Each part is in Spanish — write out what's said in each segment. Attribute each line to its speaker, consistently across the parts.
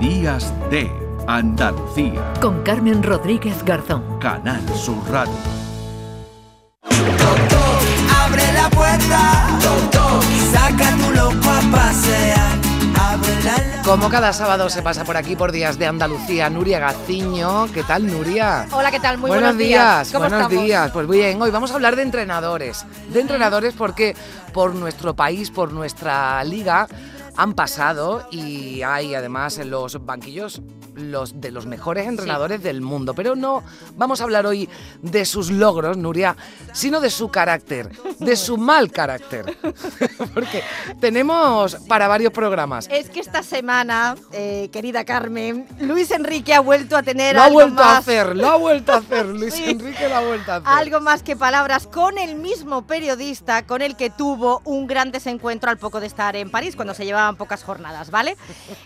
Speaker 1: Días de Andalucía.
Speaker 2: Con Carmen Rodríguez Garzón.
Speaker 1: Canal Sur Radio.
Speaker 3: Abre la puerta, saca tu loco a pasear. Abre la
Speaker 4: Como cada sábado se pasa por aquí por días de Andalucía, Nuria Gaciño. ¿Qué tal, Nuria?
Speaker 5: Hola, ¿qué tal? Muy buenos, días. ¿Cómo
Speaker 4: buenos
Speaker 5: estamos?
Speaker 4: días. Pues bien, hoy vamos a hablar de entrenadores. De entrenadores porque por nuestro país, por nuestra liga, han pasado y hay además en los banquillos los de los mejores entrenadores del mundo. Pero no vamos a hablar hoy de sus logros, Nuria, sino de su carácter, de su mal carácter. porque tenemos para varios programas.
Speaker 5: Es que esta semana, eh, querida Carmen, Luis Enrique ha vuelto a tener
Speaker 4: Lo ha
Speaker 5: algo
Speaker 4: vuelto
Speaker 5: más,
Speaker 4: a hacer, lo ha vuelto a hacer, Luis
Speaker 5: Sí.
Speaker 4: Enrique lo ha vuelto a hacer.
Speaker 5: algo más que palabras con el mismo periodista con el que tuvo un gran desencuentro al poco de estar en París, cuando se llevaban pocas jornadas, ¿vale?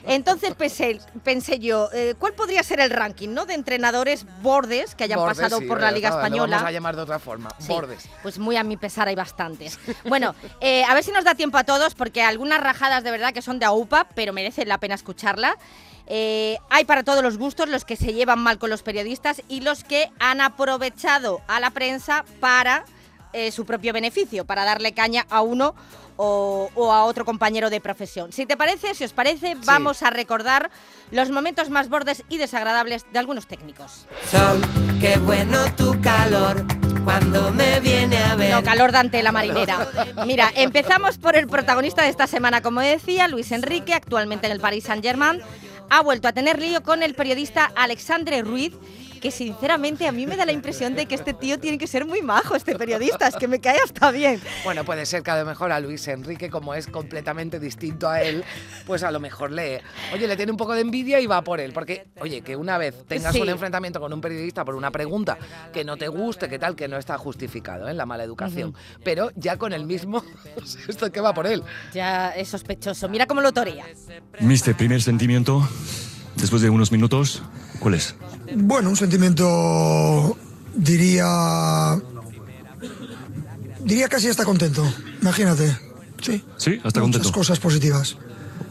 Speaker 5: Entonces pensé, pensé yo, eh, ¿cuál podría ser el ranking ¿no? de entrenadores bordes que hayan
Speaker 4: Bordes,
Speaker 5: pasado
Speaker 4: sí,
Speaker 5: por la
Speaker 4: ¿verdad?
Speaker 5: Liga
Speaker 4: Lo
Speaker 5: Española?
Speaker 4: vamos a llamar de otra forma,
Speaker 5: Sí,
Speaker 4: bordes.
Speaker 5: Pues muy a mi pesar hay bastantes. Bueno, eh, a ver si nos da tiempo a todos, porque algunas rajadas de verdad que son de AUPA, pero merecen la pena escucharla. Eh, hay para todos los gustos los que se llevan mal con los periodistas y los que han aprovechado a la prensa para eh, su propio beneficio, para darle caña a uno o, o a otro compañero de profesión. Si te parece, si os parece, vamos a recordar los momentos más bordes y desagradables de algunos técnicos.
Speaker 3: Sol, qué bueno tu calor cuando me viene a ver.
Speaker 5: No, calor Dante la marinera. Mira, empezamos por el protagonista de esta semana, como decía, Luis Enrique, actualmente en el Paris Saint-Germain. Ha vuelto a tener lío con el periodista Alexandre Ruiz, que sinceramente a mí me da la impresión de que este tío tiene que ser muy majo, este periodista, es que me cae hasta bien.
Speaker 4: Bueno, puede ser que a lo mejor a Luis Enrique, como es completamente distinto a él, pues a lo mejor le, oye, le tiene un poco de envidia y va por él. Porque, oye, que una vez tengas
Speaker 5: Sí.
Speaker 4: un enfrentamiento con un periodista por una pregunta que no te guste, que tal, que no está justificado en la mala educación, pero ya con el mismo, pues esto que va por él.
Speaker 5: Ya es sospechoso, mira cómo lo torea.
Speaker 6: Mister, primer sentimiento, después de unos minutos, ¿cuál es?
Speaker 7: Bueno, un sentimiento, diría... Diría casi hasta contento, imagínate. Sí.
Speaker 6: Sí, hasta
Speaker 7: Muchas
Speaker 6: contento.
Speaker 7: cosas positivas.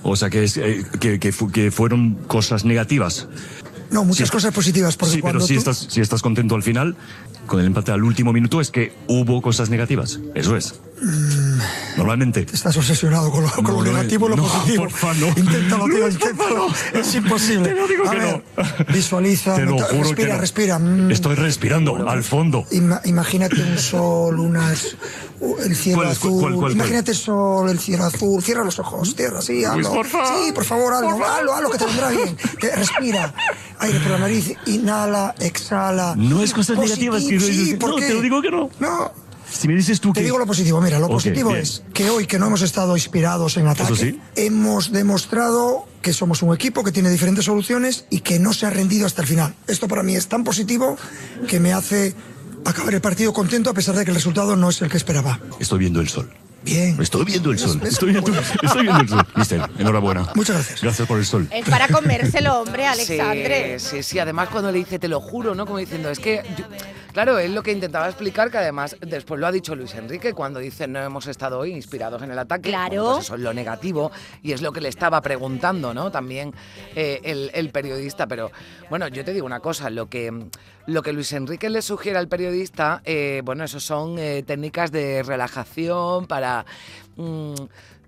Speaker 6: O sea, que, es, eh, que, que fu- que fueron cosas negativas.
Speaker 7: No, muchas
Speaker 6: Sí.
Speaker 7: cosas positivas, porque
Speaker 6: sí, pero
Speaker 7: cuando
Speaker 6: si,
Speaker 7: tú-
Speaker 6: estás, si estás contento al final, con el empate al último minuto, es que hubo cosas negativas. Eso es. Normalmente.
Speaker 7: Mm, estás obsesionado con lo, con
Speaker 6: No,
Speaker 7: lo
Speaker 6: no,
Speaker 7: negativo y lo
Speaker 6: no,
Speaker 7: positivo.
Speaker 6: porfa, no.
Speaker 7: Inténtalo, tío,
Speaker 6: Luis, porfa,
Speaker 7: inténtalo.
Speaker 6: no.
Speaker 7: Es imposible.
Speaker 6: Te lo digo
Speaker 7: A
Speaker 6: que
Speaker 7: ver,
Speaker 6: no.
Speaker 7: Visualiza,
Speaker 6: Te lo
Speaker 7: meta-
Speaker 6: juro
Speaker 7: respira,
Speaker 6: que no.
Speaker 7: respira. mm.
Speaker 6: Estoy respirando al fondo.
Speaker 7: Ima- imagínate un sol, unas, u- el cielo
Speaker 6: ¿Cuál es? ¿Cuál-
Speaker 7: azul.
Speaker 6: cuál- cuál-
Speaker 7: imagínate el sol, el cielo azul. Cierra los ojos, cierra, sí, hazlo.
Speaker 6: por favor,
Speaker 7: sí, por favor, hazlo, hazlo, hazlo, que te vendrá bien. Que respira. Aire por la nariz, inhala, exhala.
Speaker 6: No es cosas
Speaker 7: Positivo,
Speaker 6: negativas, que-
Speaker 7: sí,
Speaker 6: no,
Speaker 7: ¿por qué?
Speaker 6: te lo digo que no.
Speaker 7: No.
Speaker 6: Si me dices tú
Speaker 7: Te
Speaker 6: que.
Speaker 7: digo lo positivo, mira, lo
Speaker 6: Ok,
Speaker 7: positivo
Speaker 6: bien.
Speaker 7: es que hoy que no hemos estado inspirados en ataque,
Speaker 6: sí.
Speaker 7: hemos demostrado que somos un equipo que tiene diferentes soluciones y que no se ha rendido hasta el final. Esto para mí es tan positivo que me hace acabar el partido contento a pesar de que el resultado no es el que esperaba.
Speaker 6: Estoy viendo el sol.
Speaker 7: Bien.
Speaker 6: Estoy viendo el sol.
Speaker 7: Es- es-
Speaker 6: Estoy viendo, estoy viendo el sol. Mister, enhorabuena.
Speaker 7: Muchas gracias.
Speaker 6: Gracias por el sol.
Speaker 5: Es para comérselo, hombre, Alexandre.
Speaker 4: Sí, sí, sí. Además, cuando le dice, te lo juro, ¿no? Como diciendo, es que. yo-". Claro, es lo que intentaba explicar, que además después lo ha dicho Luis Enrique cuando dice, no hemos estado hoy inspirados en el ataque.
Speaker 5: Claro.
Speaker 4: Bueno, pues eso es lo negativo y es lo que le estaba preguntando, ¿no? También eh, el, el periodista. Pero bueno, yo te digo una cosa, lo que, lo que Luis Enrique le sugiere al periodista, eh, bueno, eso son eh, técnicas de relajación para. mm,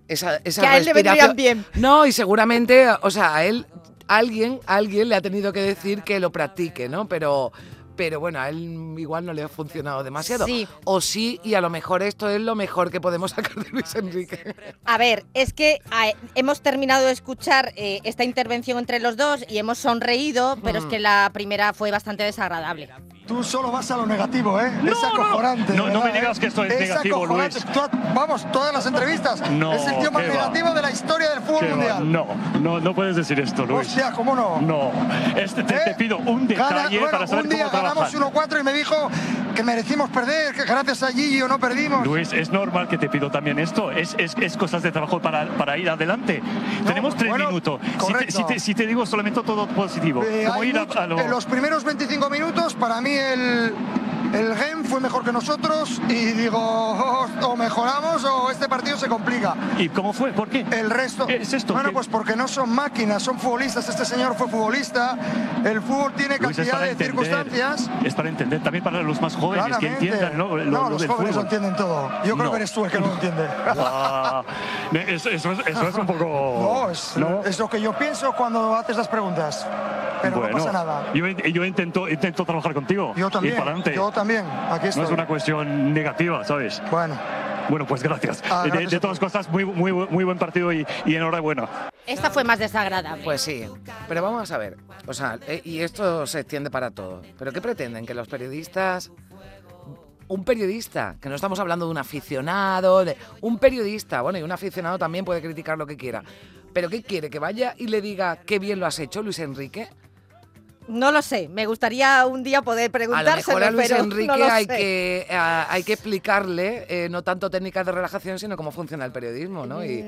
Speaker 4: esa, esa
Speaker 5: Que a él le vendrían
Speaker 4: respiración-
Speaker 5: bien.
Speaker 4: no, y seguramente, o sea, a él, alguien, alguien le ha tenido que decir que lo practique, ¿no? Pero, pero bueno, a él igual no le ha funcionado demasiado.
Speaker 5: Sí.
Speaker 4: O sí, y a lo mejor esto es lo mejor que podemos sacar de Luis Enrique.
Speaker 5: A ver, es que a- hemos terminado de escuchar eh, esta intervención entre los dos y hemos sonreído, pero
Speaker 4: Mm.
Speaker 5: es que la primera fue bastante desagradable.
Speaker 7: Tú solo vas a lo negativo, ¿eh? es acojonante.
Speaker 6: No, no
Speaker 7: ¿verdad,
Speaker 6: me digas
Speaker 7: eh?
Speaker 6: que esto es negativo,
Speaker 7: acojonante.
Speaker 6: Luis.
Speaker 7: Tú- vamos, todas las entrevistas.
Speaker 6: No,
Speaker 7: es el tío más
Speaker 6: qué va.
Speaker 7: negativo de la historia del fútbol
Speaker 6: Qué va-
Speaker 7: mundial.
Speaker 6: No, no, no puedes decir esto, Luis.
Speaker 7: Hostia, ¿cómo no?
Speaker 6: No, este, te,
Speaker 7: ¿Eh?
Speaker 6: te pido un
Speaker 7: Gana-
Speaker 6: detalle
Speaker 7: bueno,
Speaker 6: para saber
Speaker 7: un día
Speaker 6: cómo trabajar.
Speaker 7: ganamos 1-4 y me dijo que merecimos perder, que gracias a Gillo no perdimos.
Speaker 6: Luis, es normal que te pido también esto. Es, es, es cosas de trabajo para, para ir adelante. Tenemos tres
Speaker 7: bueno,
Speaker 6: minutos. Si te,
Speaker 7: correcto.
Speaker 6: si, te, si te digo solamente todo positivo,
Speaker 7: Eh,
Speaker 6: ¿cómo
Speaker 7: hay
Speaker 6: ir a,
Speaker 7: mucho-
Speaker 6: a lo-
Speaker 7: en los primeros 25 minutos, para mí el
Speaker 8: El Gen fue mejor que nosotros y digo, "Oh, o mejoramos o este partido se complica.
Speaker 9: ¿Y cómo fue? ¿Por qué?
Speaker 8: El resto.
Speaker 9: ¿Qué es esto?
Speaker 8: Bueno,
Speaker 9: ¿Qué-
Speaker 8: pues porque no son máquinas, son futbolistas. Este señor fue futbolista. El fútbol tiene
Speaker 9: Luis, es
Speaker 8: cantidad
Speaker 9: para
Speaker 8: de
Speaker 9: entender.
Speaker 8: circunstancias.
Speaker 9: Es para entender también para los más jóvenes
Speaker 8: Claramente.
Speaker 9: que entiendan ¿no? lo, lo
Speaker 8: los
Speaker 9: del
Speaker 8: jóvenes lo
Speaker 9: fútbol.
Speaker 8: entienden todo. Yo creo
Speaker 9: No.
Speaker 8: que eres tú el que no lo entiende.
Speaker 9: Ah, eso, eso es- eso es un poco.
Speaker 8: No, es,
Speaker 9: ¿no?
Speaker 8: es lo que yo pienso cuando haces las preguntas. Pero
Speaker 9: Bueno,
Speaker 8: no pasa nada.
Speaker 9: Yo, in- yo intento, intento trabajar contigo.
Speaker 8: Yo
Speaker 9: Ir
Speaker 8: también.
Speaker 9: para adelante.
Speaker 8: Yo también. Aquí
Speaker 9: no
Speaker 8: estoy.
Speaker 9: es una cuestión negativa, ¿sabes?
Speaker 8: Bueno,
Speaker 9: Bueno, pues gracias.
Speaker 8: Ah,
Speaker 9: De- de,
Speaker 8: gracias a
Speaker 9: todas
Speaker 8: ti.
Speaker 9: cosas, muy, muy, bu- muy buen partido y, y enhorabuena.
Speaker 5: Esta fue más desagradable.
Speaker 4: Pues sí, pero vamos a ver. O sea, eh, y esto se extiende para todo. ¿Pero qué pretenden? Que los periodistas. Un periodista, que no estamos hablando de un aficionado, de- un periodista, bueno, y un aficionado también puede criticar lo que quiera. ¿Pero qué quiere? ¿Que vaya y le diga qué bien lo has hecho, Luis Enrique?
Speaker 5: No lo sé, me gustaría un día poder
Speaker 4: A lo
Speaker 5: preguntárselo,
Speaker 4: mejor a Luis
Speaker 5: pero
Speaker 4: Enrique
Speaker 5: no lo
Speaker 4: hay,
Speaker 5: sé.
Speaker 4: que, a- hay que explicarle eh, no tanto técnicas de relajación, sino cómo funciona el periodismo, ¿no? Y,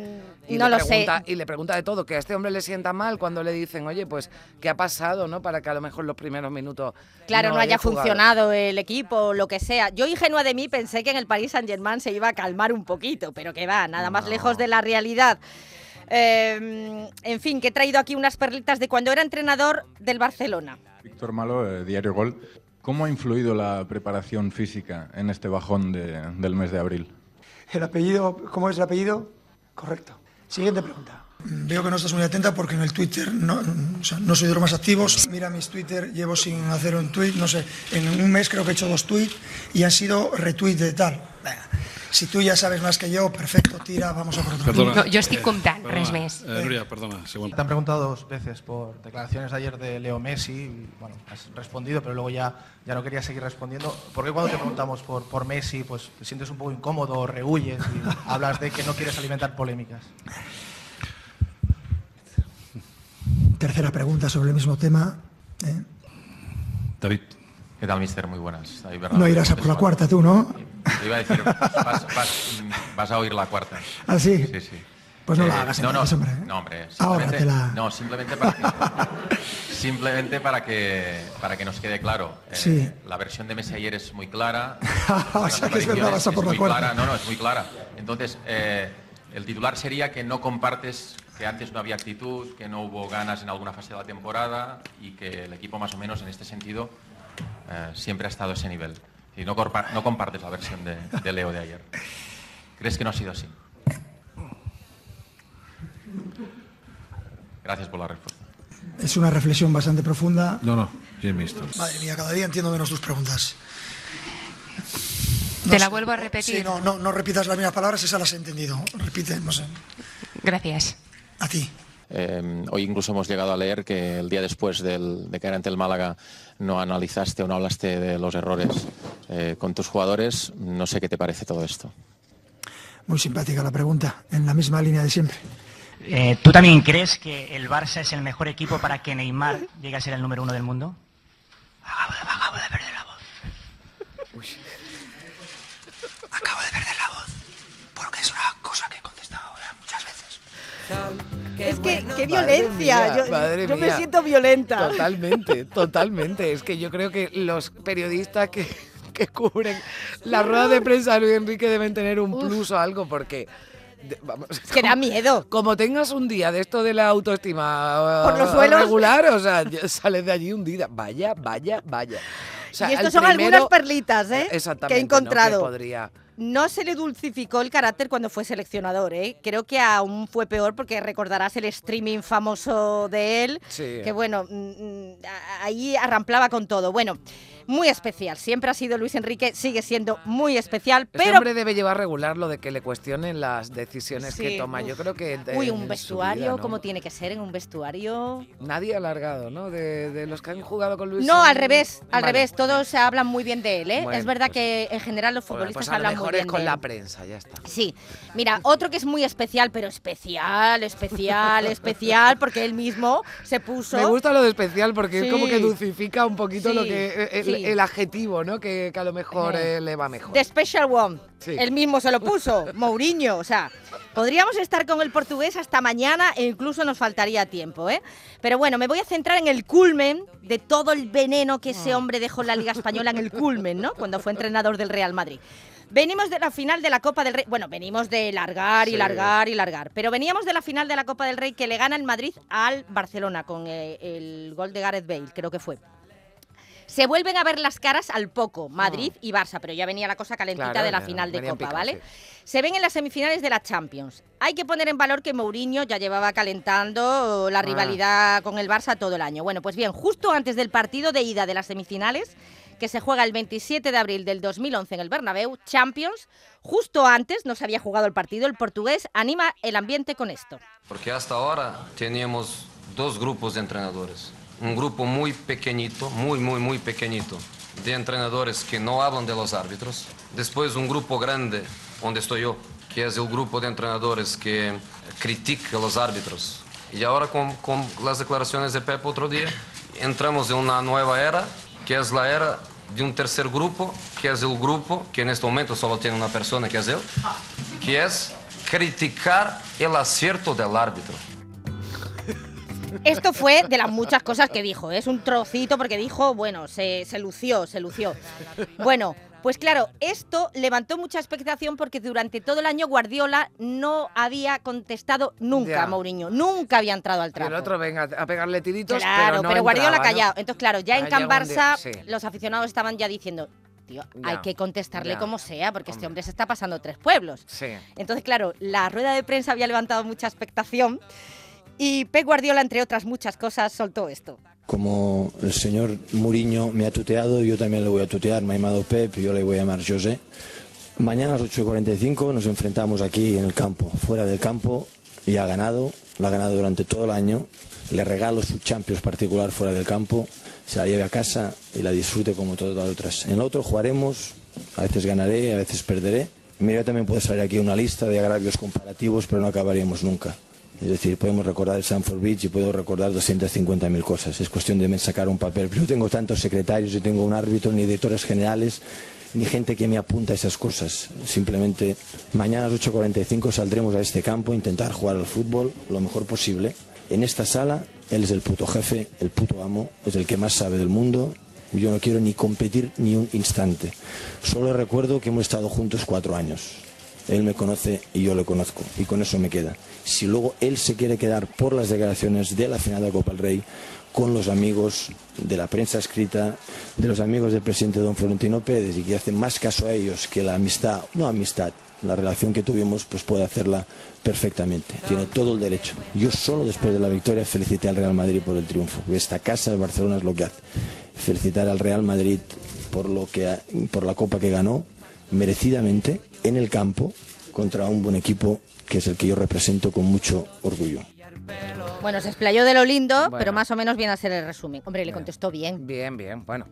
Speaker 4: y
Speaker 5: Mm, no
Speaker 4: le
Speaker 5: lo sé.
Speaker 4: pregunta, Y le pregunta de todo, que a este hombre le sienta mal cuando le dicen, oye, pues, ¿qué ha pasado, no? Para que a lo mejor los primeros minutos.
Speaker 5: Claro, no, haya
Speaker 4: jugado.
Speaker 5: funcionado el equipo o lo que sea. Yo, ingenua de mí, pensé que en el Paris Saint-Germain se iba a calmar un poquito, pero que va, nada más lejos de la realidad. Eh, en fin, que he traído aquí unas perlitas de cuando era entrenador del Barcelona.
Speaker 10: Víctor Malo, eh, Diario Gol. ¿Cómo ha influido la preparación física en este bajón de- del mes de abril?
Speaker 8: el apellido, ¿cómo es el apellido? Correcto. Siguiente pregunta.
Speaker 7: Veo que no estás muy atenta porque en el Twitter no, o sea, no soy de los más activos. Mira mis Twitter, llevo sin hacer un tweet, no sé, en un mes creo que he hecho dos tweets y han sido retweets de tal. Venga, Si tú ya sabes más que yo, perfecto, tira, vamos a por otro.
Speaker 11: No, jo estic comptant, res més.
Speaker 12: Eh, Nuria, perdona, segundo.
Speaker 13: Te han preguntado dos veces por declaraciones de ayer de Leo Messi. y, Bueno, has respondido, pero luego ya, ya no querías seguir respondiendo. ¿Por qué cuando te preguntamos por, por Messi, pues te sientes un poco incómodo, o rehuyes y hablas de que no quieres alimentar polémicas?
Speaker 7: Tercera pregunta sobre el mismo tema. ¿eh?
Speaker 12: David.
Speaker 14: ¿Qué tal, mister? Muy buenas. David Bernardo.
Speaker 7: No irás a por la cuarta tú, ¿no?
Speaker 14: Te iba a decir, vas, vas- mm, vas a oír la cuarta.
Speaker 7: ¿Ah, sí?
Speaker 14: Sí, sí.
Speaker 7: Pues no
Speaker 14: Eh,
Speaker 7: la hagas
Speaker 14: no, no,
Speaker 7: entonces, hombre.
Speaker 14: no, hombre, simplemente-
Speaker 7: Ahórratela.
Speaker 14: No, simplemente para que, simplemente para que, para que nos quede claro. Eh,
Speaker 7: Sí.
Speaker 14: La versión de Messi ayer es muy clara.
Speaker 7: o sea que es verdad, vas a por la
Speaker 14: muy
Speaker 7: cuarta.
Speaker 14: clara, no, no, es muy clara. Entonces, eh, el titular sería que no compartes que antes no había actitud, que no hubo ganas en alguna fase de la temporada y que el equipo más o menos en este sentido eh, siempre ha estado a ese nivel. Y no, corpa- no compartes la versión de, de Leo de ayer. ¿Crees que no ha sido así? Gracias por la respuesta.
Speaker 7: Es una reflexión bastante profunda.
Speaker 10: No, no, bien visto.
Speaker 7: Madre mía, cada día entiendo menos tus preguntas.
Speaker 11: Te la
Speaker 7: sé.
Speaker 11: vuelvo a repetir.
Speaker 7: Sí, no, no, no repitas las mismas palabras, esas las he entendido. Repite, no sé.
Speaker 11: Gracias.
Speaker 7: A ti.
Speaker 15: Eh, hoy incluso hemos llegado a leer que el día después del- de caer ante el Málaga no analizaste o no hablaste de los errores eh, con tus jugadores. No sé qué te parece todo esto.
Speaker 7: Muy simpática la pregunta, en la misma línea de siempre.
Speaker 16: Eh, ¿Tú también crees que el Barça es el mejor equipo para que Neymar llegue a ser el número uno del mundo?
Speaker 3: Acabo de perder la voz, porque es una cosa que he contestado ahora muchas veces.
Speaker 5: Es que, qué
Speaker 4: Madre
Speaker 5: violencia.
Speaker 4: mía,
Speaker 5: yo
Speaker 4: madre
Speaker 5: yo me
Speaker 4: mía.
Speaker 5: siento violenta.
Speaker 4: Totalmente, totalmente. Es que yo creo que los periodistas que, que cubren la rueda de prensa de Luis Enrique deben tener un plus o algo, porque. de- Vamos, es
Speaker 5: que da miedo.
Speaker 4: Como tengas un día de esto de la autoestima
Speaker 5: Por los
Speaker 4: eh,
Speaker 5: suelos.
Speaker 4: regular, o sea, ya sales de allí hundida. Vaya, vaya, vaya. O sea,
Speaker 5: y
Speaker 4: al
Speaker 5: estos son
Speaker 4: primero-
Speaker 5: algunas perlitas, ¿eh?
Speaker 4: Exactamente,
Speaker 5: Que he
Speaker 4: ¿no? Que
Speaker 5: encontrado.
Speaker 4: podría-
Speaker 5: No se le dulcificó el carácter cuando fue seleccionador, ¿eh? Creo que aún fue peor porque recordarás el streaming famoso de él,
Speaker 4: Sí.
Speaker 5: que bueno, mm, mm, a- ahí arramplaba con todo. Bueno, muy especial, siempre ha sido Luis Enrique, sigue siendo muy especial,
Speaker 4: Este
Speaker 5: pero...
Speaker 4: hombre debe llevar regular lo de que le cuestionen las decisiones
Speaker 5: Sí,
Speaker 4: que toma. Yo
Speaker 5: uf.
Speaker 4: creo que. de-
Speaker 5: Uy,
Speaker 4: en su
Speaker 5: un vestuario,
Speaker 4: vida, ¿no?
Speaker 5: como tiene que ser en un vestuario.
Speaker 4: Nadie ha alargado, ¿no? De, de los que han jugado con Luis.
Speaker 5: No, al
Speaker 4: Enrique.
Speaker 5: revés, al
Speaker 4: Vale.
Speaker 5: revés, todos se hablan muy bien de él, ¿eh?
Speaker 4: Bueno,
Speaker 5: es verdad
Speaker 4: pues-
Speaker 5: que en general los
Speaker 4: Bueno,
Speaker 5: futbolistas
Speaker 4: pues a lo
Speaker 5: hablan muy
Speaker 4: mejor
Speaker 5: bien.
Speaker 4: es con
Speaker 5: de
Speaker 4: la
Speaker 5: él.
Speaker 4: prensa, ya está.
Speaker 5: Sí, mira, otro que es muy especial, pero especial, especial, especial, porque él mismo se puso.
Speaker 4: Me gusta lo de especial porque es como
Speaker 5: Sí.
Speaker 4: que dulcifica un poquito lo
Speaker 5: Sí,
Speaker 4: que eh, eh,
Speaker 5: sí,
Speaker 4: el,
Speaker 5: Sí.
Speaker 4: el adjetivo, ¿no? Que, que a lo mejor eh, le va mejor.
Speaker 5: The Special One.
Speaker 4: Sí.
Speaker 5: Él mismo se lo puso, Mourinho. O sea, podríamos estar con el portugués hasta mañana e incluso nos faltaría tiempo, ¿eh? Pero bueno, me voy a centrar en el culmen de todo el veneno que
Speaker 4: Ah.
Speaker 5: ese hombre dejó en la Liga Española en el culmen, ¿no? Cuando fue entrenador del Real Madrid. Venimos de la final de la Copa del Rey. Bueno, venimos de largar y
Speaker 17: Sí.
Speaker 5: largar y largar. Pero veníamos de la final de la Copa del Rey que le gana el Madrid al Barcelona con eh, el gol de Gareth Bale, creo que fue. Se vuelven a ver las caras al poco, Madrid y Barça, pero ya venía la cosa calentita
Speaker 17: Ah. Claro,
Speaker 5: de la
Speaker 17: ya
Speaker 5: final de
Speaker 17: venían
Speaker 5: Copa,
Speaker 17: picados,
Speaker 5: ¿vale? Se ven en las semifinales de la Champions. Hay que poner en valor que Mourinho ya llevaba calentando la
Speaker 17: Ah.
Speaker 5: rivalidad con el Barça todo el año. Bueno, pues bien, justo antes del partido de ida de las semifinales, que se juega el 27 de abril del 2011 en el Bernabéu, Champions, justo antes, no se había jugado el partido, el portugués anima el ambiente con esto.
Speaker 18: Porque hasta ahora teníamos dos grupos de entrenadores. Un grupo muy pequeñito, muy, muy, muy pequeñito, de entrenadores que no hablan de los árbitros. Después un grupo grande, donde estoy yo, que es el grupo de entrenadores que critica a los árbitros. Y ahora con, con las declaraciones de Pep otro día, entramos en una nueva era, que es la era de un tercer grupo, que es el grupo que en este momento solo tiene una persona, que es él, que es criticar el acierto del árbitro.
Speaker 5: Esto fue de las muchas cosas que dijo, ¿eh? es un trocito porque dijo, bueno, se, se lució, se lució. Bueno, pues claro, esto levantó mucha expectación porque durante todo el año Guardiola no había contestado nunca
Speaker 4: Ya.
Speaker 5: a Mourinho, nunca había entrado al
Speaker 4: Que el
Speaker 5: trapo.
Speaker 4: otro venga a pegarle tiritos.
Speaker 5: Claro, pero,
Speaker 4: no
Speaker 5: Guardiola
Speaker 4: entraba, ¿no?
Speaker 5: callado. Entonces, claro, ya en
Speaker 4: Ah,
Speaker 5: Can
Speaker 4: llegó un día,
Speaker 5: Barça
Speaker 4: sí.
Speaker 5: los aficionados estaban ya diciendo, tío, hay
Speaker 4: Ya,
Speaker 5: que contestarle
Speaker 4: ya.
Speaker 5: como sea porque este hombre se está pasando tres pueblos.
Speaker 4: Sí.
Speaker 5: Entonces, claro, la rueda de prensa había levantado mucha expectación y Pep Guardiola, entre otras muchas cosas, soltó esto.
Speaker 19: Como el señor Muriño me ha tuteado, yo también le voy a tutear. Me ha llamado Pep, yo le voy a llamar José. Mañana a las 8.45 nos enfrentamos aquí en el campo, fuera del campo, y ha ganado, lo ha ganado durante todo el año. Le regalo su Champions particular fuera del campo, se la lleve a casa y la disfrute como todas las otras. En el otro jugaremos, a veces ganaré, a veces perderé. Mira, yo también puede salir aquí una lista de agravios comparativos, pero no acabaríamos nunca. Es decir, podemos recordar el Sanford Beach y puedo recordar 250.000 cosas. Es cuestión de me sacar un papel. Yo tengo tantos secretarios, yo tengo un árbitro, ni directores generales, ni gente que me apunta esas cosas. Simplemente mañana a las 8.45 saldremos a este campo a intentar jugar al fútbol lo mejor posible. En esta sala, él es el puto jefe, el puto amo, es el que más sabe del mundo. Yo no quiero ni competir ni un instante. Solo recuerdo que hemos estado juntos cuatro años. Él me conoce y yo lo conozco. Y con eso me queda. Si luego él se quiere quedar por las declaraciones de la final de la Copa del Rey, con los amigos de la prensa escrita, de los amigos del presidente don Florentino Pérez, y que hace más caso a ellos que la amistad, no amistad, la relación que tuvimos, pues puede hacerla perfectamente. Tiene todo el derecho. Yo solo después de la victoria felicité al Real Madrid por el triunfo. Esta casa de Barcelona es lo que hace. Felicitar al Real Madrid por, lo que ha- por la copa que ganó, merecidamente en el campo contra un buen equipo que es el que yo represento con mucho orgullo.
Speaker 5: Bueno, se explayó de lo lindo,
Speaker 4: Bueno.
Speaker 5: pero más o menos viene a ser el resumen. Hombre, le contestó bien.
Speaker 4: Bien, bien, bueno.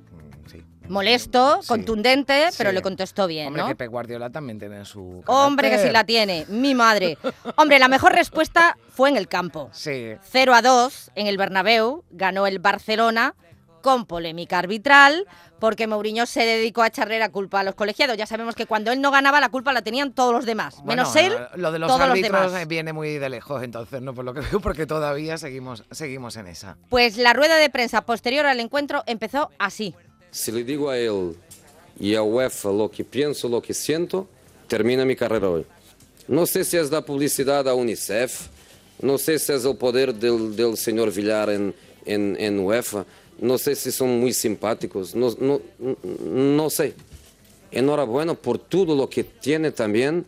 Speaker 4: mm, Sí.
Speaker 5: Molesto,
Speaker 4: Sí.
Speaker 5: contundente, pero
Speaker 4: Sí.
Speaker 5: le contestó bien,
Speaker 4: Hombre,
Speaker 5: ¿no?
Speaker 4: que Pep Guardiola también tiene su.
Speaker 5: Hombre, que
Speaker 4: carácter.
Speaker 5: sí la tiene, mi madre. Hombre, la mejor respuesta fue en el campo.
Speaker 4: Sí.
Speaker 5: 0 a 2 en el Bernabéu, ganó el Barcelona con polémica arbitral, porque Mourinho se dedicó a echarle la culpa a los colegiados. Ya sabemos que cuando él no ganaba, la culpa la tenían todos los demás, menos
Speaker 4: Bueno,
Speaker 5: él,
Speaker 4: Lo de los
Speaker 5: todos los
Speaker 4: árbitros
Speaker 5: demás.
Speaker 4: eh, viene muy de lejos, entonces, no por lo que veo, porque todavía seguimos, seguimos en esa.
Speaker 5: Pues la rueda de prensa posterior al encuentro empezó así.
Speaker 18: Si le digo a él y a UEFA lo que pienso, lo que siento, termina mi carrera hoy. No sé si es la publicidad a UNICEF, no sé si es el poder del, del señor Villar en, en, en UEFA, no sé si son muy simpáticos, no, no, no sé. Enhorabuena por todo lo que tiene también,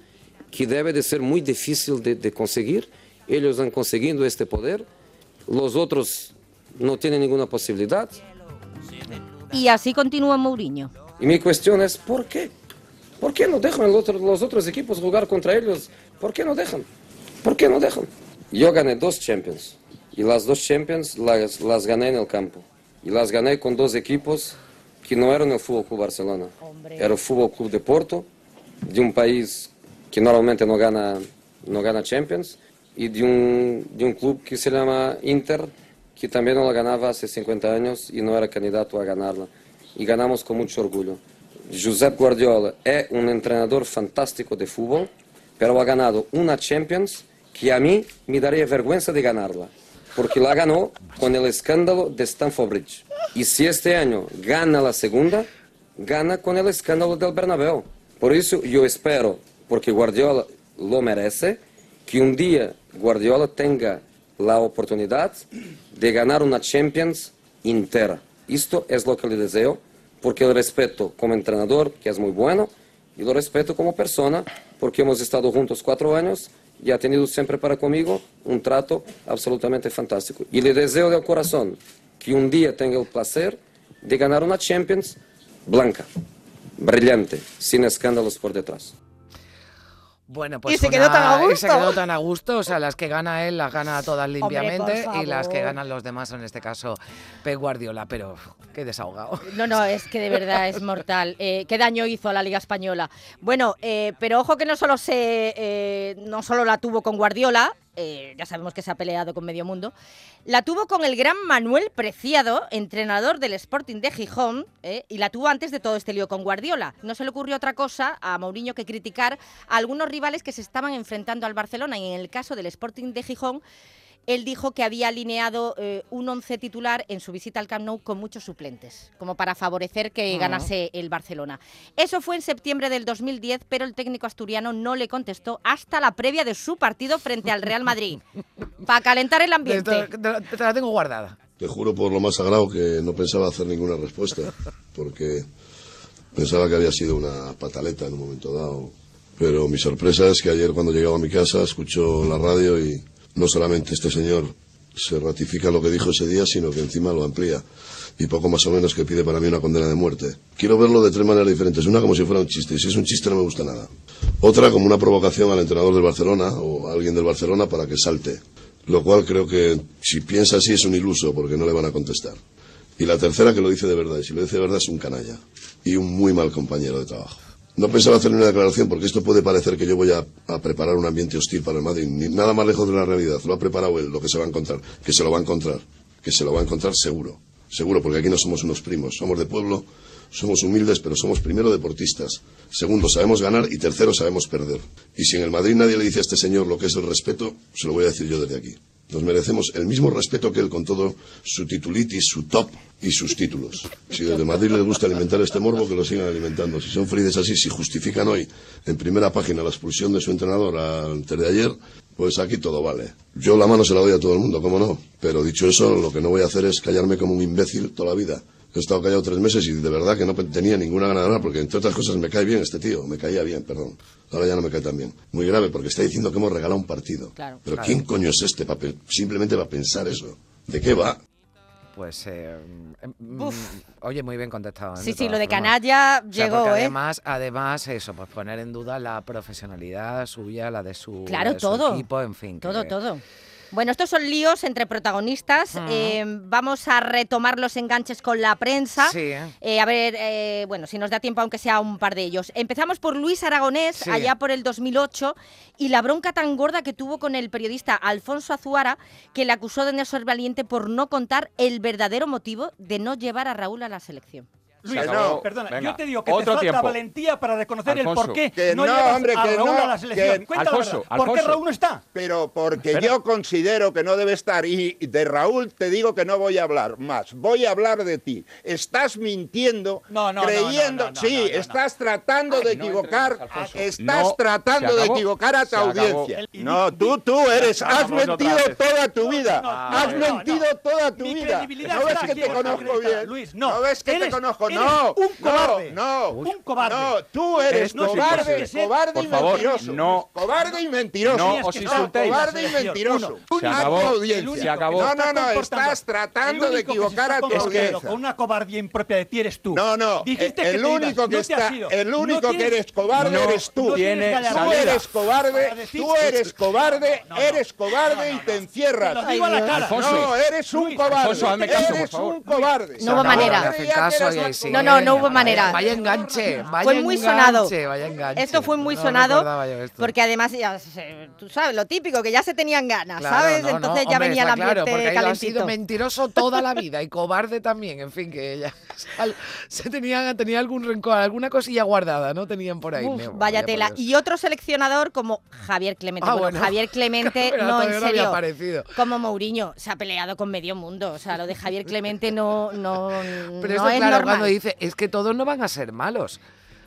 Speaker 18: que debe de ser muy difícil de, de conseguir. Ellos han conseguido este poder, los otros no tienen ninguna posibilidad.
Speaker 5: Y así continúa Mourinho.
Speaker 18: Y mi cuestión es, ¿por qué? ¿Por qué no dejan el otro- los otros equipos jugar contra ellos? ¿Por qué no dejan? ¿Por qué no dejan? Yo gané dos Champions. Y las dos Champions las, las gané en el campo. Y las gané con dos equipos que no eran el Fútbol Club Barcelona. Era el Fútbol Club de Porto, de un país que normalmente no gana, no gana Champions, y de un, de un club que se llama Inter, que también no la ganaba hace 50 años y no era candidato a ganarla. y ganamos con mucho orgullo. Josep Guardiola es un entrenador fantástico de fútbol, pero ha ganado una Champions que a mí me daría vergüenza de ganarla, porque la ganó con el escándalo de Stamford Bridge. Y si este año gana la segunda, gana con el escándalo del Bernabéu. Por eso yo espero, porque Guardiola lo merece, que un día Guardiola tenga la oportunidad de ganar una Champions entera. Esto es lo que le deseo, porque el respeto como entrenador, que es muy bueno, y lo respeto como persona, porque hemos estado juntos cuatro años y ha tenido siempre para conmigo un trato absolutamente fantástico. Y le deseo del corazón que un día tenga el placer de ganar una Champions blanca, brillante, sin escándalos por detrás.
Speaker 4: Bueno, pues
Speaker 5: Y se quedó tan a
Speaker 4: una- y se
Speaker 5: gusto.
Speaker 4: quedó tan a gusto. O sea, las que gana él las gana todas limpiamente y las que
Speaker 5: favor.
Speaker 4: ganan los demás, en este caso, Pep Guardiola. Pero uf, qué desahogado.
Speaker 5: No, no, es que de verdad es mortal. Eh, ¿Qué daño hizo a la Liga Española? Bueno, eh, pero ojo que no solo, se, eh, no solo la tuvo con Guardiola, eh, ya sabemos que se ha peleado con medio mundo, la tuvo con el gran Manuel Preciado, entrenador del Sporting de Gijón, eh, y la tuvo antes de todo este lío con Guardiola. No se le ocurrió otra cosa a Mourinho que criticar a algunos rivales que se estaban enfrentando al Barcelona, y en el caso del Sporting de Gijón, él dijo que había alineado eh, un once titular en su visita al Camp Nou con muchos suplentes, como para favorecer que
Speaker 20: Ah.
Speaker 5: ganase el Barcelona. Eso fue en septiembre del 2010, pero el técnico asturiano no le contestó hasta la previa de su partido frente al Real Madrid, para calentar el ambiente.
Speaker 4: Te, te- te la tengo guardada.
Speaker 21: Te juro por lo más sagrado que no pensaba hacer ninguna respuesta, porque pensaba que había sido una pataleta en un momento dado. Pero mi sorpresa es que ayer cuando llegaba a mi casa escuchó la radio y no solamente este señor se ratifica lo que dijo ese día, sino que encima lo amplía. Y poco más o menos que pide para mí una condena de muerte. Quiero verlo de tres maneras diferentes. Una como si fuera un chiste, y si es un chiste no me gusta nada. Otra como una provocación al entrenador del Barcelona o a alguien del Barcelona para que salte. Lo cual creo que si piensa así es un iluso porque no le van a contestar. Y la tercera que lo dice de verdad. Y si lo dice de verdad es un canalla y un muy mal compañero de trabajo. No pensaba hacer una declaración porque esto puede parecer que yo voy a, a preparar un ambiente hostil para el Madrid. Ni nada más lejos de la realidad. Lo ha preparado él, lo que se va a encontrar. Que se lo va a encontrar. Que se lo va a encontrar seguro. Seguro, porque aquí no somos unos primos. Somos de pueblo, somos humildes, pero somos primero deportistas. Segundo, sabemos ganar y tercero, sabemos perder. Y si en el Madrid nadie le dice a este señor lo que es el respeto, se lo voy a decir yo desde aquí. Nos merecemos el mismo respeto que él con todo su titulitis, su top y sus títulos. Si desde Madrid les gusta alimentar este morbo, que lo sigan alimentando. Si son felices así, si justifican hoy en primera página la expulsión de su entrenador antes de ayer, pues aquí todo vale. Yo la mano se la doy a todo el mundo, cómo no. Pero dicho eso, lo que no voy a hacer es callarme como un imbécil toda la vida. He estado callado tres meses y de verdad que no pe- tenía ninguna gana de hablar, porque entre otras cosas me cae bien este tío, me caía bien, perdón. Ahora ya no me cae tan bien. Muy grave, porque está diciendo que hemos regalado un partido.
Speaker 5: Claro.
Speaker 21: Pero ¿quién coño es este papel? Simplemente va a pensar eso. ¿De qué va?
Speaker 4: Pues, eh, mm,
Speaker 5: Uf.
Speaker 4: oye, muy bien contestado. ¿eh?
Speaker 5: Sí, sí,
Speaker 4: todas
Speaker 5: lo de
Speaker 4: formas.
Speaker 5: canalla
Speaker 4: O sea,
Speaker 5: llegó,
Speaker 4: porque
Speaker 5: ¿eh?
Speaker 4: Además, además, eso, pues poner en duda la profesionalidad suya, la de su,
Speaker 5: Claro,
Speaker 4: la de su
Speaker 5: todo.
Speaker 4: equipo, en fin.
Speaker 5: Todo,
Speaker 4: que-
Speaker 5: todo. Bueno, estos son líos entre protagonistas.
Speaker 4: Ujú.
Speaker 5: Eh, vamos a retomar los enganches con la prensa.
Speaker 4: Sí, ¿eh?
Speaker 5: Eh, a ver, eh, bueno, si nos da tiempo, aunque sea un par de ellos. Empezamos por Luis Aragonés,
Speaker 20: Sí.
Speaker 5: allá por el 2008, y la bronca tan gorda que tuvo con el periodista Alfonso Azuara, que le acusó de no ser valiente por no contar el verdadero motivo de no llevar a Raúl a la selección.
Speaker 7: Luis,
Speaker 22: Se acabó.
Speaker 7: perdona,
Speaker 22: Venga,
Speaker 7: yo te digo que te
Speaker 22: otro
Speaker 7: falta
Speaker 22: tiempo.
Speaker 7: valentía para reconocer
Speaker 22: Alfonso.
Speaker 7: el porqué
Speaker 22: Que
Speaker 7: no,
Speaker 22: no,
Speaker 7: llevas
Speaker 22: hombre,
Speaker 7: a
Speaker 22: que
Speaker 7: Raúl
Speaker 22: no,
Speaker 7: a la selección.
Speaker 22: que-
Speaker 7: Cuéntalo,
Speaker 22: Alfonso,
Speaker 7: ¿por qué
Speaker 22: Alfonso.
Speaker 7: Raúl no está?
Speaker 22: Pero porque
Speaker 7: Espera.
Speaker 22: yo considero que no debe estar. Y de Raúl te digo que no voy a hablar más. Voy a hablar de ti. Estás mintiendo,
Speaker 7: no, no,
Speaker 22: creyendo.
Speaker 7: no, no,
Speaker 22: sí,
Speaker 7: no, no, no.
Speaker 22: estás tratando de equivocar. estás No, tratando se de acabó, equivocar a se tu acabó. audiencia. El- No, tú, tú eres. Vamos Has otra mentido vez. toda tu vida. no, no, has no, no. mentido toda tu Mi vida. credibilidad No ves está que aquí te por la conozco credibilidad. bien.
Speaker 7: Luis,
Speaker 22: no. ves que te
Speaker 7: eres-
Speaker 22: conozco.
Speaker 7: eres
Speaker 22: No.
Speaker 7: un cobarde.
Speaker 22: No.
Speaker 7: Un cobarde.
Speaker 22: No, tú eres
Speaker 7: Eres no
Speaker 22: cobarde.
Speaker 7: tienes que ser-
Speaker 22: Cobarde
Speaker 7: Por
Speaker 22: y
Speaker 7: favor,
Speaker 22: mentiroso.
Speaker 7: no.
Speaker 22: Cobarde y mentiroso.
Speaker 7: No Tienes os que estar insultéis. con la
Speaker 22: Cobarde y
Speaker 7: selección.
Speaker 22: mentiroso.
Speaker 7: Uno. Se
Speaker 22: A tu
Speaker 7: acabó,
Speaker 22: audiencia.
Speaker 7: el único que
Speaker 22: No,
Speaker 7: se
Speaker 22: no,
Speaker 7: está
Speaker 22: no.
Speaker 7: comportando-
Speaker 22: Estás tratando
Speaker 7: el
Speaker 22: de
Speaker 7: único que se
Speaker 22: equivocar
Speaker 7: está
Speaker 22: a tu
Speaker 7: comportando
Speaker 22: audiencia.
Speaker 7: Con una cobardía impropia de ti eres tú.
Speaker 22: No, no. eh,
Speaker 7: Dijiste
Speaker 22: el
Speaker 7: que te
Speaker 22: único
Speaker 7: ibas,
Speaker 22: que
Speaker 7: no te
Speaker 22: está,
Speaker 7: has ido.
Speaker 22: el único
Speaker 7: No
Speaker 22: que
Speaker 7: tienes-
Speaker 22: eres cobarde
Speaker 7: no
Speaker 22: eres tú.
Speaker 7: tienes
Speaker 22: tú
Speaker 7: gallardía.
Speaker 22: eres
Speaker 7: Para
Speaker 22: cobarde,
Speaker 7: decir-
Speaker 22: tú eres cobarde, eres cobarde y te encierras.
Speaker 7: Te lo digo a la cara.
Speaker 22: No, eres un
Speaker 7: Luis,
Speaker 22: cobarde.
Speaker 7: Alfonso, hazme caso, por
Speaker 22: eres
Speaker 7: favor.
Speaker 22: un cobarde.
Speaker 7: No hubo
Speaker 22: Se acabó.
Speaker 7: manera.
Speaker 22: Creía que eras la
Speaker 4: sí.
Speaker 5: No, no, no hubo
Speaker 4: Vaya-
Speaker 5: manera.
Speaker 4: Vaya enganche, vaya
Speaker 5: Fue muy sonado.
Speaker 4: enganche, Vaya enganche.
Speaker 5: Esto fue muy
Speaker 4: No
Speaker 5: sonado
Speaker 4: recordaba yo esto.
Speaker 5: porque además, ya se- tú sabes, lo típico, que ya se tenían ganas,
Speaker 4: Claro,
Speaker 5: ¿sabes?
Speaker 4: no, no,
Speaker 5: Entonces ya
Speaker 4: hombre,
Speaker 5: venía el
Speaker 4: está
Speaker 5: ambiente
Speaker 4: claro, porque ahí lo ha sido
Speaker 5: calentito.
Speaker 4: mentiroso toda la vida y cobarde también. En fin, que ella al- se tenía, tenía algún rencor, alguna cosilla guardada, ¿no? Tenían por ahí.
Speaker 5: Uf,
Speaker 4: Nemo,
Speaker 5: vaya
Speaker 4: por
Speaker 5: tela.
Speaker 4: Dios.
Speaker 5: Y otro seleccionador como Javier Clemente.
Speaker 4: Ah,
Speaker 5: Bueno,
Speaker 4: bueno.
Speaker 5: Javier Clemente,
Speaker 4: Pero
Speaker 5: no,
Speaker 4: todavía
Speaker 5: en
Speaker 4: no había
Speaker 5: serio.
Speaker 4: aparecido.
Speaker 5: como Mourinho, se ha peleado con medio mundo. O sea, lo de Javier Clemente no, no,
Speaker 4: Pero
Speaker 5: no
Speaker 4: eso,
Speaker 5: es
Speaker 4: claro,
Speaker 5: normal.
Speaker 4: cuando dice, es que todos no van a ser malos.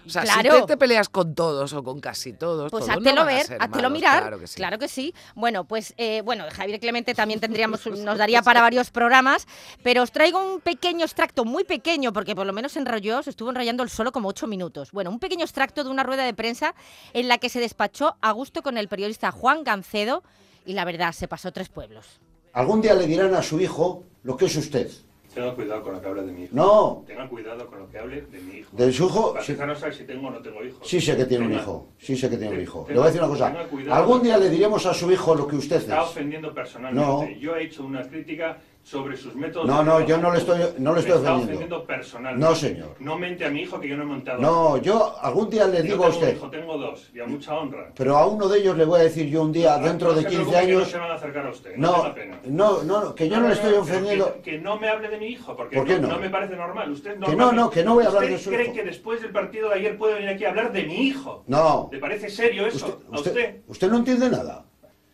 Speaker 4: O sea, si
Speaker 5: Claro.
Speaker 4: te, te peleas con todos o con casi todos,
Speaker 5: Pues
Speaker 4: todos no
Speaker 5: háztelo
Speaker 4: van a
Speaker 5: ver,
Speaker 4: ser
Speaker 5: háztelo
Speaker 4: malos,
Speaker 5: mirar.
Speaker 4: Claro que sí.
Speaker 5: Bueno, pues eh, bueno, Javier Clemente también tendríamos, un- nos daría para varios programas, pero os traigo un pequeño extracto, muy pequeño, porque por lo menos enrolló, se estuvo enrollando el solo como ocho minutos. Bueno, un pequeño extracto de una rueda de prensa en la que se despachó a gusto con el periodista Juan Gancedo y la verdad, se pasó tres pueblos.
Speaker 1: Algún día le dirán a su hijo lo que es usted.
Speaker 2: Tenga cuidado con lo que hable de mi hijo.
Speaker 1: No.
Speaker 2: Tenga cuidado con lo que hable de mi hijo.
Speaker 1: ¿De su hijo?
Speaker 2: La
Speaker 1: Sí.
Speaker 2: ceja no sabe si tengo o no tengo hijos.
Speaker 1: Sí sé que tiene un
Speaker 2: Tenga-
Speaker 1: hijo, sí sé que tiene un hijo.
Speaker 2: tenga-
Speaker 1: Le voy a decir una
Speaker 2: tenga
Speaker 1: cosa.
Speaker 2: cuidado.
Speaker 1: Algún día le diremos a su hijo lo que usted
Speaker 2: Está
Speaker 1: es.
Speaker 2: ofendiendo personalmente.
Speaker 1: No.
Speaker 2: Yo he hecho una crítica sobre sus métodos. de
Speaker 1: No, no,
Speaker 2: trabajo.
Speaker 1: yo no le estoy, no
Speaker 2: Me
Speaker 1: le estoy
Speaker 2: Está
Speaker 1: ofendiendo.
Speaker 2: ofendiendo personalmente.
Speaker 1: No, señor.
Speaker 2: No mente a mi hijo que yo no he montado.
Speaker 1: No, yo algún día le
Speaker 2: Yo
Speaker 1: digo
Speaker 2: tengo
Speaker 1: a
Speaker 2: un
Speaker 1: usted,
Speaker 2: hijo, tengo dos, y a mucha honra.
Speaker 1: pero a uno de ellos le voy a decir yo un día, dentro
Speaker 2: No
Speaker 1: de
Speaker 2: se
Speaker 1: 15
Speaker 2: preocupe que No
Speaker 1: años,
Speaker 2: se van a acercar a usted. No,
Speaker 1: no,
Speaker 2: tenga pena.
Speaker 1: no, no, no, que yo no le estoy
Speaker 2: pero
Speaker 1: ofendiendo.
Speaker 2: Que, que no me hable de mi hijo, porque
Speaker 1: ¿Por qué
Speaker 2: no,
Speaker 1: no?
Speaker 2: no me parece normal. Usted
Speaker 1: Que no, no, que no voy a hablar
Speaker 2: ¿Usted
Speaker 1: de su
Speaker 2: cree
Speaker 1: hijo.
Speaker 2: que después del partido de ayer puede venir aquí a hablar de mi hijo?
Speaker 1: No,
Speaker 2: ¿Le parece serio eso? ¿A usted?
Speaker 1: usted, usted no entiende nada.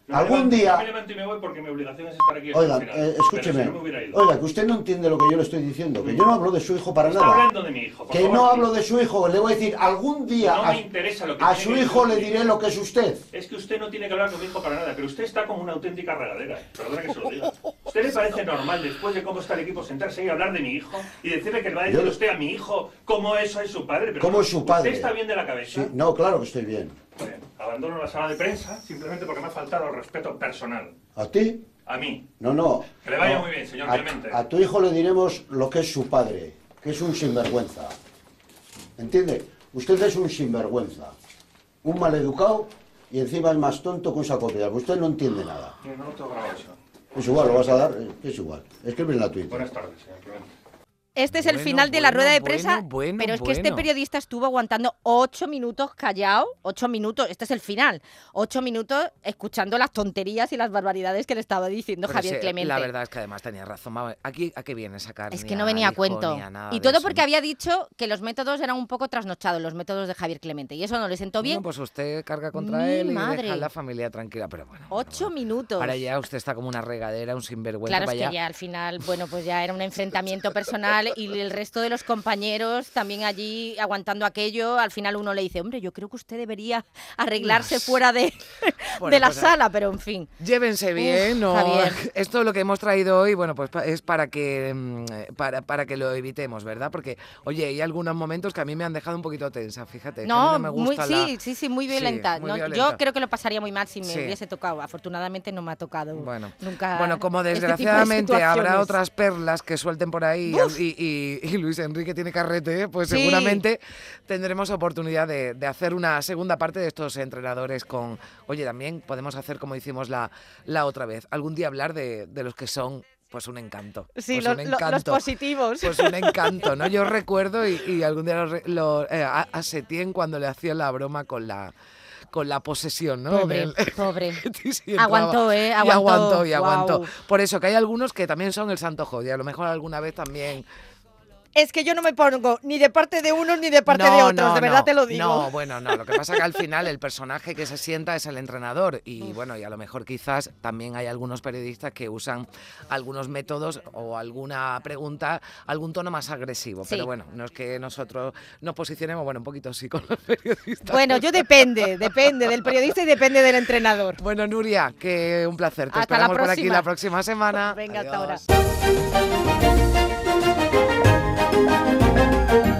Speaker 2: Me
Speaker 1: Algún
Speaker 2: levanto-
Speaker 1: día,
Speaker 2: Me levanto y me voy porque mi obligación es estar aquí. hasta
Speaker 1: Oiga,
Speaker 2: el final.
Speaker 1: eh,
Speaker 2: Pero
Speaker 1: escúcheme.
Speaker 2: si no me hubiera ido.
Speaker 1: Oiga, que usted no entiende lo que yo le estoy diciendo, que yo no hablo de su hijo para
Speaker 2: Está
Speaker 1: nada.
Speaker 2: hablando de mi hijo. por
Speaker 1: Que
Speaker 2: favor.
Speaker 1: no hablo de su hijo, le voy a decir algún día
Speaker 2: No
Speaker 1: a,
Speaker 2: me interesa lo que
Speaker 1: a
Speaker 2: tiene
Speaker 1: su
Speaker 2: que
Speaker 1: hijo
Speaker 2: decir.
Speaker 1: le diré lo que es usted.
Speaker 2: Es que usted no tiene que hablar con mi hijo para nada, pero usted está como una auténtica regadera. eh. Perdona que se lo diga. ¿Usted le parece normal, después de cómo está el equipo, sentarse y hablar de mi hijo y decirle que le va a decir
Speaker 1: Yo-
Speaker 2: usted a mi hijo cómo eso es su padre? Pero
Speaker 1: ¿Cómo es su padre?
Speaker 2: ¿Usted está bien de la cabeza?
Speaker 1: Sí, no, claro que estoy bien.
Speaker 2: Bien, abandono la sala de prensa simplemente porque me ha faltado el respeto personal.
Speaker 1: ¿A ti?
Speaker 2: A mí.
Speaker 1: No, no.
Speaker 2: Que le vaya
Speaker 1: no.
Speaker 2: muy bien, señor Clemente.
Speaker 1: a, a tu hijo le diremos lo que es su padre, que es un sinvergüenza. ¿Entiende? Usted es un sinvergüenza, un maleducado y encima es más tonto que un saco de piedras. Usted no entiende nada.
Speaker 2: No, no lo tengo grabado eso.
Speaker 1: Es igual, lo vas a dar, eh, es igual. Escribe en la Twitter.
Speaker 2: Buenas tardes, señor Clemente.
Speaker 5: Este es el
Speaker 1: Bueno,
Speaker 5: final de la
Speaker 1: bueno,
Speaker 5: rueda de
Speaker 1: bueno,
Speaker 5: prensa,
Speaker 1: bueno,
Speaker 5: pero es que este
Speaker 1: bueno.
Speaker 5: periodista estuvo aguantando ocho minutos callado, ocho minutos, este es el final, ocho minutos escuchando las tonterías y las barbaridades que le estaba diciendo
Speaker 4: Pero
Speaker 5: Javier
Speaker 4: sí,
Speaker 5: Clemente.
Speaker 4: La verdad es que además tenía razón. Vamos, Aquí, ¿A qué viene sacar?
Speaker 5: Es que no venía a cuento. Y todo porque había dicho que los métodos eran un poco trasnochados, los métodos de Javier Clemente, y eso no le sentó bien.
Speaker 4: Bueno, pues usted carga contra
Speaker 5: Mi
Speaker 4: él y deja
Speaker 5: madre.
Speaker 4: a la familia tranquila. Pero bueno,
Speaker 5: ocho minutos.
Speaker 4: ahora ya usted está como una regadera, un sinvergüenza.
Speaker 5: Claro, es
Speaker 4: vaya.
Speaker 5: que ya al final, bueno, pues ya era un enfrentamiento personal y el resto de los compañeros también allí aguantando aquello. Al final uno le dice, hombre, yo creo que usted debería arreglarse
Speaker 4: Dios.
Speaker 5: fuera de,
Speaker 4: Bueno,
Speaker 5: de la
Speaker 4: pues,
Speaker 5: sala, pero en fin.
Speaker 4: Llévense bien,
Speaker 5: Uf,
Speaker 4: ¿no?
Speaker 5: Javier.
Speaker 4: Esto lo que hemos traído hoy, bueno, pues pa- es para que mm, para, para que lo evitemos, ¿verdad? Porque, oye, hay algunos momentos que a mí me han dejado un poquito tensa, fíjate. que a
Speaker 5: No,
Speaker 4: mí no me
Speaker 5: muy,
Speaker 4: gusta la-
Speaker 5: sí, sí, sí, muy
Speaker 4: Sí,
Speaker 5: violenta.
Speaker 4: muy
Speaker 5: No,
Speaker 4: violenta.
Speaker 5: Yo creo que lo pasaría muy mal si me
Speaker 4: Sí.
Speaker 5: hubiese tocado. Afortunadamente no me ha tocado
Speaker 4: Bueno.
Speaker 5: nunca.
Speaker 4: Bueno, como
Speaker 5: este tipo de
Speaker 4: desgraciadamente habrá
Speaker 5: situaciones.
Speaker 4: otras perlas que suelten por ahí
Speaker 5: Buf.
Speaker 4: y, y- y Luis Enrique tiene carrete, pues
Speaker 5: Sí.
Speaker 4: seguramente tendremos oportunidad de, de hacer una segunda parte de estos entrenadores con, oye, también podemos hacer como hicimos la, la otra vez, algún día hablar de, de los que son pues un encanto.
Speaker 5: Sí,
Speaker 4: pues
Speaker 5: lo-
Speaker 4: un
Speaker 5: lo- los
Speaker 4: encanto.
Speaker 5: positivos.
Speaker 4: Pues un encanto, ¿no? Yo recuerdo y, y algún día lo re- lo- eh, a, a Setién cuando le hacía la broma con la con la posesión, ¿no? En
Speaker 5: Pobre,
Speaker 4: el-
Speaker 5: pobre.
Speaker 4: y entraba.
Speaker 5: Aguantó, ¿eh? Aguantó.
Speaker 4: Y aguantó, y aguantó.
Speaker 5: Guau.
Speaker 4: Por eso, que hay algunos que también son el santo joy. A lo mejor alguna vez también.
Speaker 5: Es que yo no me pongo ni de parte de unos ni de parte de otros, de verdad
Speaker 4: no,
Speaker 5: te lo digo.
Speaker 4: No, bueno, no. Lo que pasa que al final el personaje que se sienta es el entrenador. Y bueno, y a lo mejor quizás también hay algunos periodistas que usan algunos métodos o alguna pregunta, algún tono más agresivo.
Speaker 5: Sí.
Speaker 4: Pero bueno, no es que nosotros nos posicionemos, bueno, un poquito sí con los periodistas.
Speaker 5: Bueno, yo depende, depende del periodista y depende del entrenador.
Speaker 4: Bueno, Nuria, que un placer. Te
Speaker 5: Hasta la
Speaker 4: esperamos por aquí
Speaker 5: próxima.
Speaker 4: la próxima semana.
Speaker 5: Venga, hasta ahora.